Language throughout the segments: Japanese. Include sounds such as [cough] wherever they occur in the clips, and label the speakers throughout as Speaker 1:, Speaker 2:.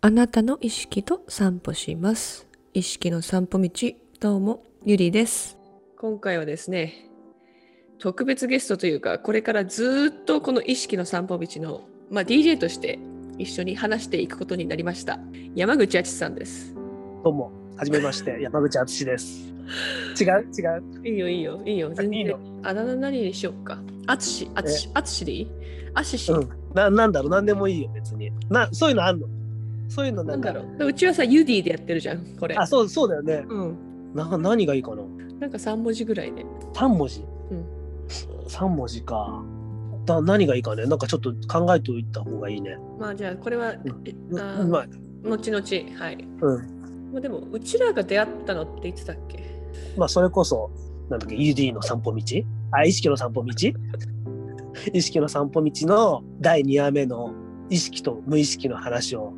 Speaker 1: あなたの意識と散歩します意識の散歩道どうもゆりです今回はですね特別ゲストというかこれからずーっとこの意識の散歩道の、まあ、DJ として一緒に話していくことになりました山口あちさんです
Speaker 2: どうも、はじめま
Speaker 1: [laughs]
Speaker 2: して、山口敦です。違う、違う、
Speaker 1: いいよいいよいいよ全
Speaker 2: いい
Speaker 1: 然
Speaker 2: の
Speaker 1: あだ名何にしよっかあつしあつしあつしでいいあしし、
Speaker 2: うん、な、なんだろう、なんでもいいよ、別に。な、そういうのあんの。そういうのな
Speaker 1: なんん
Speaker 2: か
Speaker 1: だろううちはさユディでやってるじゃんこれ
Speaker 2: あ、そう、そうだよね。
Speaker 1: うん
Speaker 2: な、何がいいかな。
Speaker 1: なんか3文字ぐらいね
Speaker 2: 三文字
Speaker 1: うん。
Speaker 2: 三、文字か。だ、何がいいかね、なんかちょっと考えておいた方がいいね。
Speaker 1: まあじゃあこれは、え
Speaker 2: う
Speaker 1: あ
Speaker 2: うまい。
Speaker 1: 後々はい
Speaker 2: うん、
Speaker 1: まあ、でもうちらが出会ったのっていつだっけ
Speaker 2: まあ、それこそ、なんだっけ、UD の散歩道。あ、意識の散歩道。 [laughs] 意識の散歩道の第二話目の意識と無意識の話を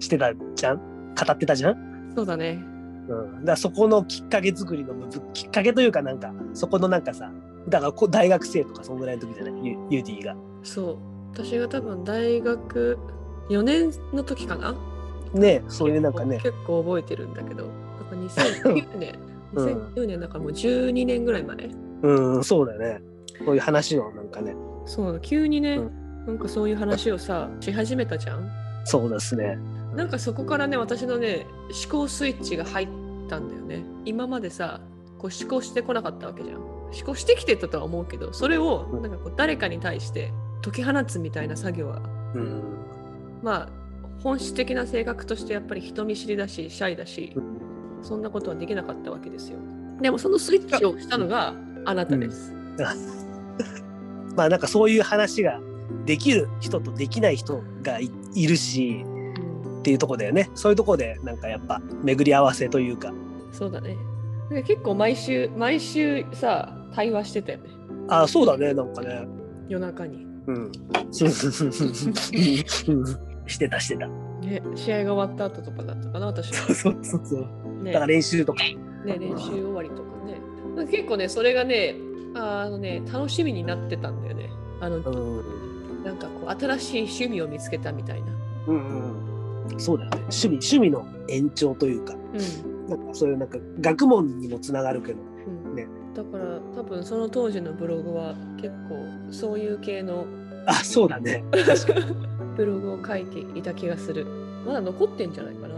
Speaker 2: してたじゃん。語ってたじゃん。
Speaker 1: そうだね
Speaker 2: うん、だからそこのきっかけ作りのむずきっかけというかなんかそこのなんかさだからこ大学生とかそんぐらいの時じゃないユユーディが。
Speaker 1: そう私が多分大学4年の時かな
Speaker 2: ねそういうなんかね
Speaker 1: 結構覚えてるんだけどなんか2009年
Speaker 2: [laughs] うん
Speaker 1: 2009年だからもう12年ぐらい前
Speaker 2: うんそうだよねそういう話をなんかね
Speaker 1: そうなの急にね、
Speaker 2: う
Speaker 1: なんかそういう話をさし始めたじゃん
Speaker 2: そうですね
Speaker 1: なんかそこからね私のね思考スイッチが入ったんだよね今までさこう思考してこなかったわけじゃん思考してきてたとは思うけどそれをなんかこう誰かに対して解き放つみたいな作業は
Speaker 2: うん
Speaker 1: まあ本質的な性格としてやっぱり人見知りだしシャイだしそんなことはできなかったわけですよでもそのスイッチをしたのがあなたです、
Speaker 2: まあなんかそういう話ができる人とできない人がいいるしっていうとこだよねそういうとこでなんかやっぱ巡り合わせというか
Speaker 1: そうだねなんか結構毎週毎週さ対話してたよね
Speaker 2: あそうだねなんかね
Speaker 1: 夜中に
Speaker 2: うん [laughs] してたしてた [laughs]
Speaker 1: ね試合が終わった後とかだったかな私は
Speaker 2: そうそうそうそう
Speaker 1: ね
Speaker 2: だから練習とか
Speaker 1: ね練習終わりとかねなんか結構ねそれがねあのね楽しみになってたんだよねあの、
Speaker 2: うん
Speaker 1: なんかこう新しい趣味を見つけたみたいな
Speaker 2: うんうん、そうだよね趣味趣味の延長というか
Speaker 1: うん、
Speaker 2: なんかそういうなんか学問にもつながるけど
Speaker 1: うん
Speaker 2: ね
Speaker 1: だから多分その当時のブログは結構そういう系
Speaker 2: [laughs]
Speaker 1: の
Speaker 2: あそうだね
Speaker 1: ブログを書いていた気がするまだ残ってんじゃないかな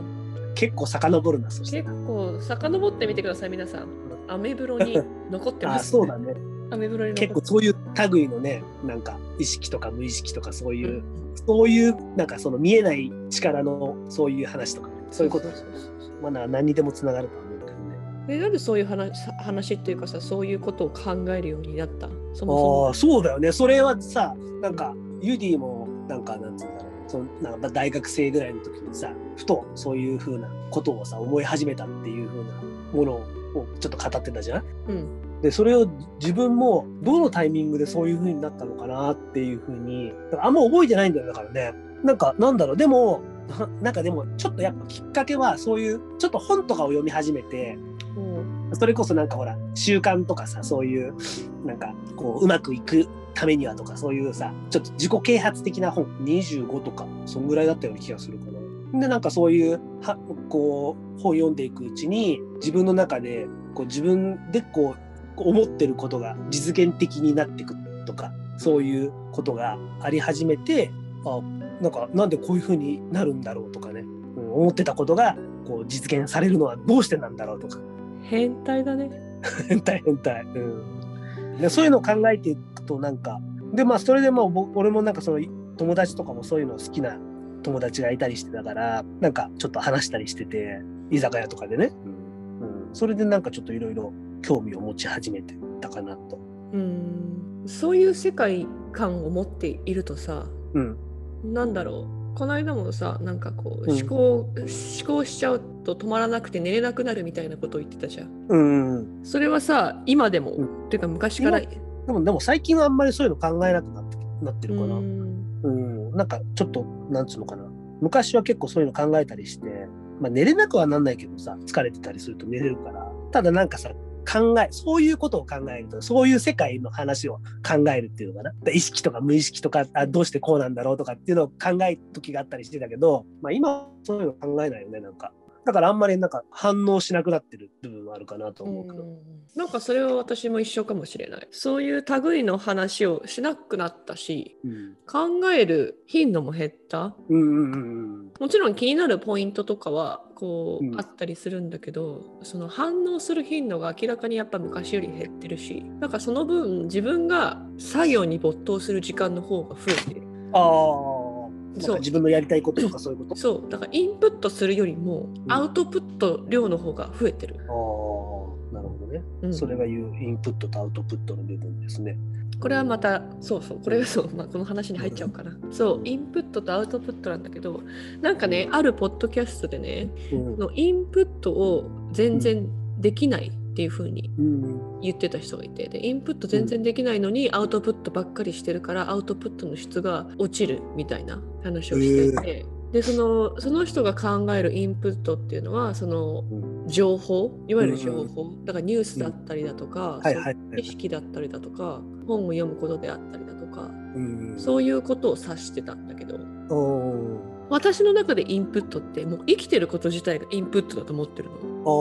Speaker 2: 結構遡るなそして
Speaker 1: 結構遡ってみてください皆さんアメブロに残ってま
Speaker 2: あ
Speaker 1: す、
Speaker 2: そうだね
Speaker 1: アメブロに
Speaker 2: 結
Speaker 1: 残っ
Speaker 2: 構
Speaker 1: て
Speaker 2: そういう類のねなんか意識とか無意識とかそういう、そういうなんかその見えない力のそういう話とかそういうこと
Speaker 1: そうそうそう
Speaker 2: まあな何にでもつながるとは思うけどね
Speaker 1: えなんでそういう話さ話っていうかさそういうことを考えるようになったそ
Speaker 2: あ
Speaker 1: も
Speaker 2: あそうだよねそれはさなんかユディもなんかなんつうんだろうそのなんか大学生ぐらいの時にさふとそういうふうなことをさ思い始めたっていうふうなものをちょっと語ってたじゃん
Speaker 1: そも、うん、
Speaker 2: でそれを自分もどのタイミングでそういうふうになったのかなっていうふうにあんま覚えてないんだよだからねなんかなんだろうでもななんかでもちょっとやっぱきっかけはそういうちょっと本とかを読み始めて
Speaker 1: もう
Speaker 2: それこそなんかほら習慣とかさそういうなんかこううまくいくためにはとかそういうさちょっと自己啓発的な本25とかそんぐらいだったような気がするかな。でなんかそういうはこう本読んでいくうちに自分の中でこう自分でこうこう思ってることが実現的になっていくとかそういうことがあり始めてあなんかなんでこういう風になるんだろうとかね、うん、思ってたことがこう実現されるのはどうしてなんだろうとか
Speaker 1: 変態だね
Speaker 2: 変態変態、うん、でそういうのを考えていくとなんかでまあそれでまあぼ俺もなんかその友達とかもそういうの好きな友達がいたりしてたからなんかちょっと話したりしてて居酒屋とかでね、うん、それでなんかちょっといろいろ興味を持ち始めてたかなと。
Speaker 1: うんそういう世界観を持っているとさ
Speaker 2: うん、
Speaker 1: なんだろうこの間もさなんかこう
Speaker 2: うん
Speaker 1: 思考、思考しちゃうと止まらなくて寝れなくなるみたいなことを言ってたじゃん
Speaker 2: うん、
Speaker 1: それはさ今でも、
Speaker 2: う
Speaker 1: っていうか昔から
Speaker 2: 今でもでも最近はあんまりそういうの考えなくなってなってるかな。
Speaker 1: うん
Speaker 2: うん、なんかちょっと、なんつうのかな。昔は結構そういうの考えたりして、まあ寝れなくはなんないけどさ、疲れてたりすると寝れるから。ただなんかさ、考え、そういうことを考えると、そういう世界の話を考えるっていうのかな。で意識とか無意識とかあ、どうしてこうなんだろうとかっていうのを考える時があったりしてたけど、まあ今はそういうの考えないよね、なんか。だからあんまりなんか反応しなくなってる部分はあるかなと思うけど。
Speaker 1: なんかそれは私も一緒かもしれないそういう類の話をしなくなったし
Speaker 2: うん。
Speaker 1: 考える頻度も減った
Speaker 2: うんうんうんうん。
Speaker 1: もちろん気になるポイントとかはこう、
Speaker 2: うん
Speaker 1: あったりするんだけどその反応する頻度が明らかにやっぱ昔より減ってるしなんかその分自分が作業に没頭する時間の方が増えてる
Speaker 2: ああ。なん
Speaker 1: そ
Speaker 2: か
Speaker 1: う
Speaker 2: 自分のやりたいこととかそういうこと
Speaker 1: そうだからインプットするよりも
Speaker 2: ん
Speaker 1: アウトプット量の方が増えてる、
Speaker 2: ああ、なるほどね。
Speaker 1: うん
Speaker 2: それが言うインプットとアウトプットの部分ですね。
Speaker 1: これはまたそうそうこれがそう、まあ、この話に入っちゃうかなそうインプットとアウトプットなんだけどなんかねあるポッドキャストでね
Speaker 2: うん。
Speaker 1: のインプットを全然できないっていう風に
Speaker 2: うん。
Speaker 1: 言ってた人がいてでインプット全然できないのにアウトプットばっかりしてるからアウトプットの質が落ちるみたいな話をしていて、でそのその人が考えるインプットっていうのはその
Speaker 2: うん
Speaker 1: 情報いわゆる情報、だからニュースだったりだとか、
Speaker 2: はいはいは
Speaker 1: 意
Speaker 2: い。
Speaker 1: 識だったりだとか本を読むことであったりだとか
Speaker 2: うん。
Speaker 1: そういうことを指してたんだけど
Speaker 2: おー
Speaker 1: 私の中でインプットってもう生きてること自体がインプットだと思ってるの。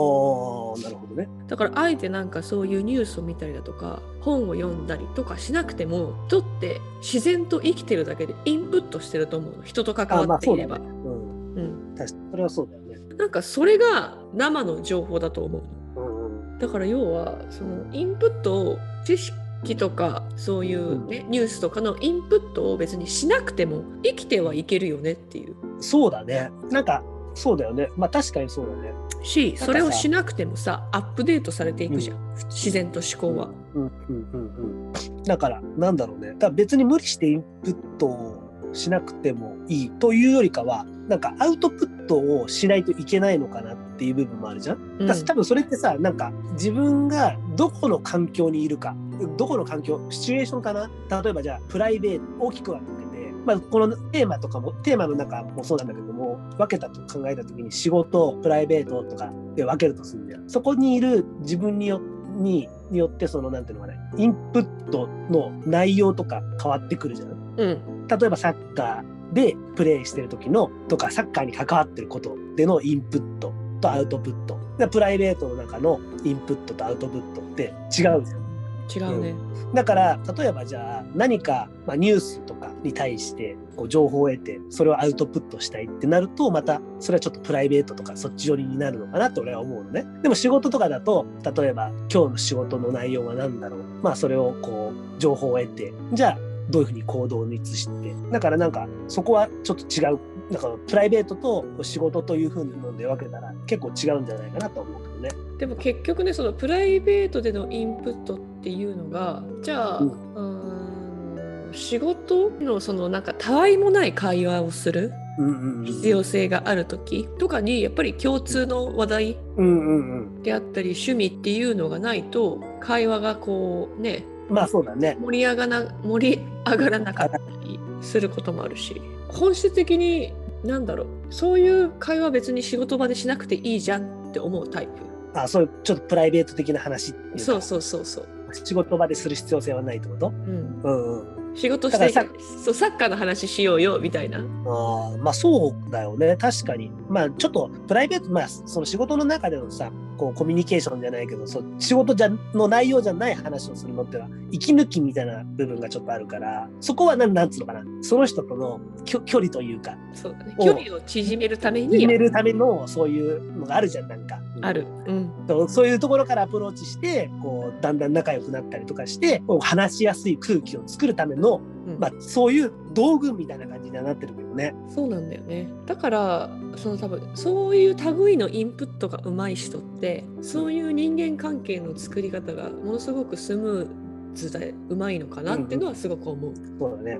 Speaker 2: ああ、なるほどね。
Speaker 1: だからあえてなんかそういうニュースを見たりだとか本を読んだりとかしなくても人って自然と生きてるだけでインプットしてると思うの人と関わっていれば、
Speaker 2: あまあそうだね。うん。
Speaker 1: うん、
Speaker 2: 確かに。それはそうだよね。
Speaker 1: なんかそれが生の情報だと思うの
Speaker 2: うん。
Speaker 1: だから要はそのインプットを知識とかそういう、ねニュースとかのインプットを別にしなくても生きてはいけるよねっていう
Speaker 2: そうだね。なんか、そうだよね。まあ確かにそうだね。
Speaker 1: し
Speaker 2: かさ
Speaker 1: それをしなくてもさアップデートされていくじゃん、自然と思考は。
Speaker 2: うんうんうんうん。だから、なんだろうね。だから別に無理してインプットをしなくてもいいというよりかは、なんかアウトプットをしないといけないのかなっていう部分もあるじゃん。だ
Speaker 1: うん
Speaker 2: 多分それってさなんか自分がどこの環境にいるかどこの環境シチュエーションかな例えばじゃあプライベート大きく分けて、まあ、このテーマとかもテーマの中もそうなんだけども分けたと考えた時に仕事プライベートとかで分けるとするんじゃん。そこにいる自分によにによってそのなんていうのかなインプットの内容とか変わってくるじゃん。
Speaker 1: うん
Speaker 2: 例えばサッカーでプレーしてる時のとかサッカーに関わってることでのインプットとアウトプットでプライベートの中のインプットとアウトプットって違うじゃん
Speaker 1: 違うね、
Speaker 2: だから例えばじゃあ何か、まあ、ニュースとかに対してこう情報を得てそれをアウトプットしたいってなるとまたそれはちょっとプライベートとかそっち寄りになるのかなと俺は思うのねでも仕事とかだと例えば今日の仕事の内容は何だろうまあそれをこう情報を得てじゃあどういうふうに行動を移してだからなんかそこはちょっと違うなんかプライベートとこう仕事というふうなので分けたら結構違うんじゃないかなと思うけどね
Speaker 1: でも結局ねそのプライベートでのインプットっていうのがじゃあ、う
Speaker 2: うん
Speaker 1: ーん仕事のそのなんかたわいもない会話をする
Speaker 2: うんうんうん
Speaker 1: 必要性がある時とかにやっぱり共通の話題
Speaker 2: うんうんうん
Speaker 1: であったり趣味っていうのがないと会話がこうね
Speaker 2: まあそうだね
Speaker 1: 盛り上がな盛り上がらなかったりすることもあるし本質的に何だろうそういう会話別に仕事場でしなくていいじゃんって思うタイプ。
Speaker 2: あそういうちょっとプライベート的な話っていうか
Speaker 1: そうそうそうそう。
Speaker 2: 仕事場でする必要性はないってこと
Speaker 1: うん
Speaker 2: うんうん
Speaker 1: 仕事して
Speaker 2: だから
Speaker 1: そうサッカーの話しようよみたいな。
Speaker 2: あーまあそうだよね確かにまあちょっとプライベートまあその仕事の中でのさこうコミュニケーションじゃないけどそう仕事じゃの内容じゃない話をするのってのは息抜きみたいな部分がちょっとあるからそこはなんなんつうのかなその人とのきょ距離というか
Speaker 1: そうだね、
Speaker 2: お
Speaker 1: 距離を縮めるために
Speaker 2: 決めるためのそういうのがあるじゃんなんか
Speaker 1: ある、うん、
Speaker 2: そうそういうところからアプローチしてこうだんだん仲良くなったりとかしてこう話しやすい空気を作るための
Speaker 1: うん
Speaker 2: まあ、そういう道具みたいな感じにはなってるけどね。
Speaker 1: そうなんだよねだからその多分そういう類のインプットがうまい人ってそういう人間関係の作り方がものすごくスムーズでうまいのかなっていうのはすごく思う。
Speaker 2: そうだね。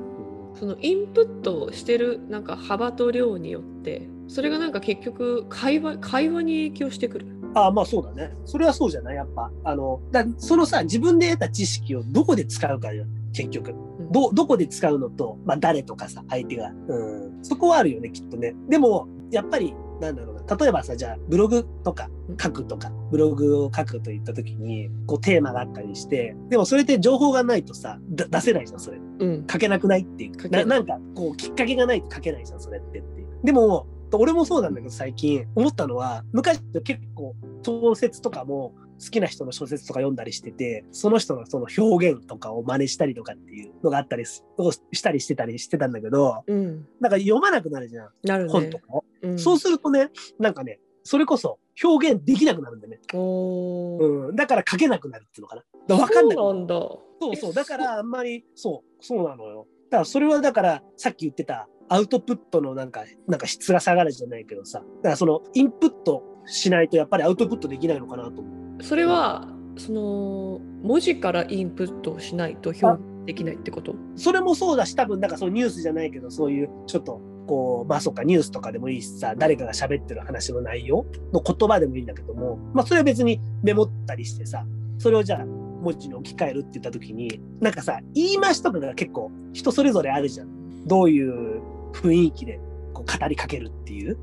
Speaker 1: そのインプットをしてるなんか幅と量によってそれがなんか結局会話会話に影響してくる。
Speaker 2: ああ、まあそうだね。それはそうじゃないやっぱ。あの、だそのさ、自分で得た知識をどこで使うかよ、結局。
Speaker 1: うん
Speaker 2: ど、どこで使うのと、まあ誰とかさ、相手が。うん。そこはあるよね、きっとね。でも、やっぱりなんだろうな例えばさじゃあブログとか
Speaker 1: うん
Speaker 2: 書くとかブログを書くといった時にこうテーマがあったりしてでもそれって情報がないとさだ出せないじゃんそれ
Speaker 1: うん。
Speaker 2: 書けなくないっていう
Speaker 1: 書けな
Speaker 2: ないなんかこうきっかけがないと書けないじゃんそれってっていうでも俺もそうなんだけど最近思ったのは昔って結構小説とかも好きな人の小説とか読んだりしててその人のその表現とかを真似したりとかっていうのがあったりすをしたりしてたりしてたんだけど
Speaker 1: うん。
Speaker 2: なんか読まなくなるじゃん
Speaker 1: なる
Speaker 2: 本と
Speaker 1: ね。
Speaker 2: かを。
Speaker 1: うん
Speaker 2: そうするとね、なんかね、それこそ表現できなくなるんだよね。
Speaker 1: おー
Speaker 2: うん、だから書けなくなるっていうのかな。だから分かんない。
Speaker 1: そうなんだ。
Speaker 2: そうそう。だからあんまり、そう、そうなのよ。だからそれはだから、さっき言ってたアウトプットのなんか、なんか質が下がるじゃないけどさ。だからそのインプットしないとやっぱりアウトプットできないのかなと思う。
Speaker 1: それは、その、文字からインプットをしないと表現できないってこと
Speaker 2: それもそうだし、多分なんかそのニュースじゃないけど、そういうちょっと、こうまあそっかニュースとかでもいいしさ誰かが喋ってる話の内容の言葉でもいいんだけども、まあ、それは別にメモったりしてさそれをじゃあ文字に置き換えるって言った時になんかさ言い回しとかが結構人それぞれあるじゃんどういう雰囲気でこう語りかけるっていう、だか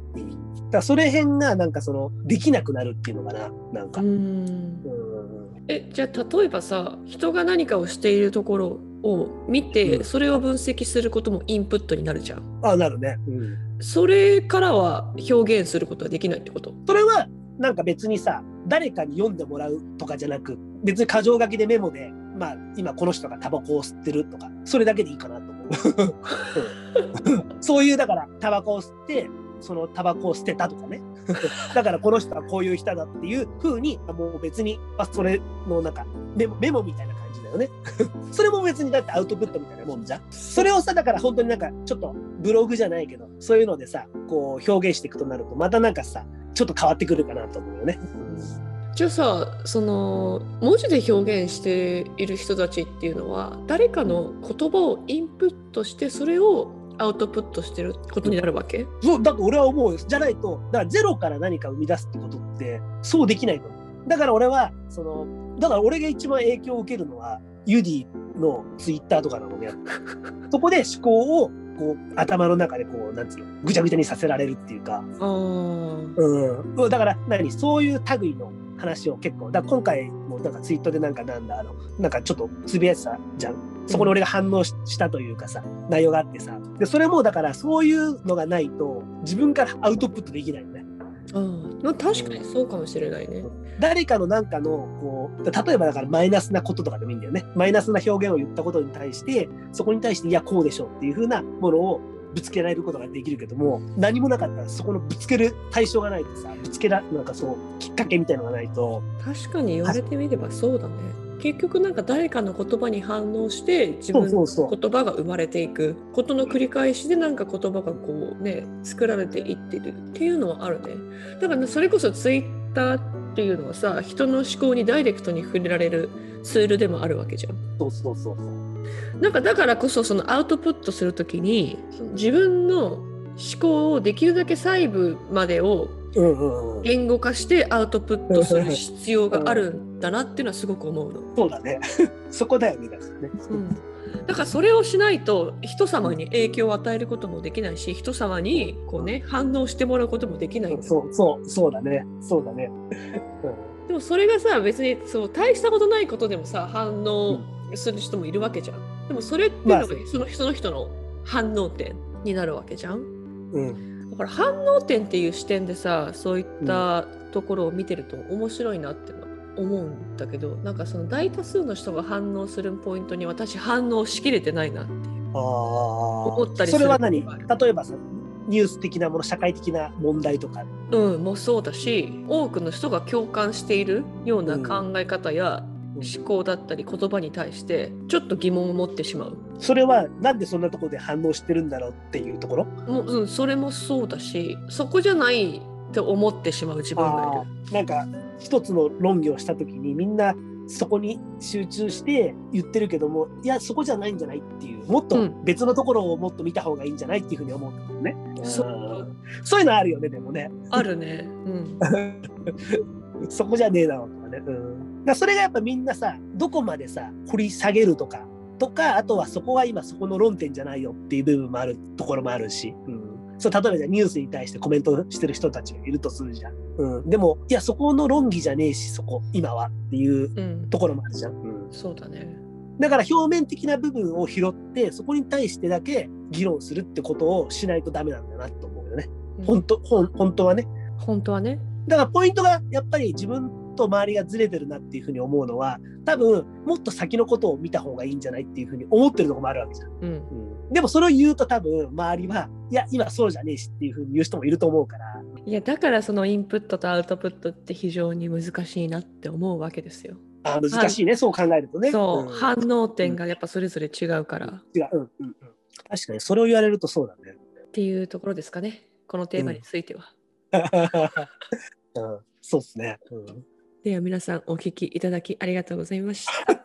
Speaker 2: らそれ辺がなんかそのできなくなるっていうのかななんか、
Speaker 1: う
Speaker 2: うん
Speaker 1: ん。え、じゃあ、例えばさ、人が何かをしているところを見て、
Speaker 2: うん
Speaker 1: それを分析することもインプットになるじゃん。
Speaker 2: あなるね、うん、
Speaker 1: それからは表現することはできないってこと
Speaker 2: それはなんか別にさ誰かに読んでもらうとかじゃなく別に箇条書きでメモで、まあ、今この人がタバコを吸ってるとかそれだけでいいかなと思ううん。そういうだからタバコを吸ってそのタバコを捨てたとかねだからこの人はこういう人だっていう風にもう別に、まあ、それのなんかメモメモみたいな感じだよねそれも別にだってアウトプットみたいなもんじゃんそれをさだから本当になんかちょっとブログじゃないけどそういうのでさこう表現していくとなるとまたなんかさちょっと変わってくるかなと思うよね。
Speaker 1: じゃあさその文字で表現している人たちっていうのは誰かの言葉をインプットしてそれをアウトプットしてることになるわけ
Speaker 2: そうだから俺は思うよじゃないとだからゼロから何か生み出すってことってそうできないと思うだから俺はそのだから俺が一番影響を受けるのはユディのツイッターとかなのねそこで思考をこう頭の中でこうなんつうのぐちゃぐちゃにさせられるっていうか
Speaker 1: あー
Speaker 2: うん、だから何そういう類の話を結構だから今回もなんかツイートでなんかなんだあのなんかちょっとつぶやいてたじゃんそこに俺が反応ししたというかさ内容があってさでそれもだからそういうのがないと自分からアウトプットできないよね
Speaker 1: あーまあ確かにそうかもしれないね
Speaker 2: 誰かのなんかのこう例えばだからマイナスなこととかでもいいんだよねマイナスな表現を言ったことに対してそこに対していやこうでしょうっていう風なものをぶつけられることができるけども何もなかったらそこのぶつける対象がないとさぶつけらなんかそうきっかけみたいのがないと
Speaker 1: 確かに言われてみればそうだね結局なんか誰かの言葉に反応して自分
Speaker 2: そ
Speaker 1: の
Speaker 2: うそうそう
Speaker 1: 言葉が生まれていくことの繰り返しでなんか言葉がこうね作られていってるっていうのはあるねだからねそれこそツイッターっていうのはさ人の思考にダイレクトに触れられるツールでもあるわけじゃん
Speaker 2: そうそうそうそう。
Speaker 1: なんかだからこそそのアウトプットするときにその自分の思考をできるだけ細部までを
Speaker 2: うんうんうん。
Speaker 1: 言語化してアウトプットする必要があるんだなっていうのはすごく思うの。
Speaker 2: そうだね。 [laughs] そこだよね。だからね。
Speaker 1: だからそれをしないと人様に影響を与えることもできないし人様にこう、ね、反応してもらうこともできないんだ
Speaker 2: そうそうそうだね。そうだね。
Speaker 1: でもそれがさ別にそう大したことないことでもさ反応する人もいるわけじゃんでもそれっていうの
Speaker 2: まあ
Speaker 1: がその人の人の反応点になるわけじゃん
Speaker 2: うん。うん。
Speaker 1: だから反応点っていう視点でさそういったところを見てると面白いなって思うんだけどなんかその大多数の人が反応するポイントに私反応しきれてないなっていう。
Speaker 2: ああ。
Speaker 1: 怒ったりす
Speaker 2: そ
Speaker 1: る
Speaker 2: れは何
Speaker 1: ことがある
Speaker 2: 例えばさ、ニュース的なもの、社会的な問題とか。
Speaker 1: うん、もうそうだし多くの人が共感しているような考え方や
Speaker 2: うん
Speaker 1: 思考だったり言葉に対してちょっと疑問を持ってしまう。
Speaker 2: それはなんでそんなところで反応してるんだろうっていうところ。
Speaker 1: もううん、それもそうだしそこじゃないって思ってしまう自分がいる。
Speaker 2: あーなんか一つの論議をした時にみんなそこに集中して言ってるけどもいやそこじゃないんじゃないっていうもっ
Speaker 1: う
Speaker 2: と
Speaker 1: ん
Speaker 2: 別のところをもっと見た方がいいんじゃないっていうふうに思うんだもんね。
Speaker 1: そう
Speaker 2: うんそういうのあるよねでもね。
Speaker 1: あるね。うん、
Speaker 2: そこじゃねえだろうとかね。うん、だからそれがやっぱみんなさどこまでさ掘り下げるとかとかあとはそこは今そこの論点じゃないよっていう部分もあるところもあるし、うん、そう例えばじゃあニュースに対してコメントしてる人たちがいるとするじゃん。うん、でもいやそこの論議じゃねえしそこ今はっていう [laughs]
Speaker 1: うん、
Speaker 2: ところもあるじゃん。
Speaker 1: そうだね。
Speaker 2: だから表面的な部分を拾ってそこに対してだけ議論するってことをしないとダメなんだなと思うよね。
Speaker 1: うん
Speaker 2: 本当ほん本当はね。
Speaker 1: 本当はね。
Speaker 2: だからポイントがやっぱり自分と周りがずれてるなっていうふうに思うのは多分もっと先のことを見た方がいいんじゃないっていうふうに思ってるとこもあるわけじゃん。
Speaker 1: うん、
Speaker 2: でもそれを言うと多分周りはいや今そうじゃねえしっていうふうに言う人もいると思うから。
Speaker 1: いやだからそのインプットとアウトプットって非常に難しいなって思うわけですよ。
Speaker 2: あ難しいね、そう考えるとね。
Speaker 1: そう、
Speaker 2: ん
Speaker 1: 反応点がやっぱそれぞれ違うから、
Speaker 2: 違う、うんうんうん。確かにそれを言われるとそうだね。
Speaker 1: っていうところですかねこのテーマについては。
Speaker 2: [laughs] うん、そうですね。うん
Speaker 1: では皆さんお聞きいただきありがとうございました。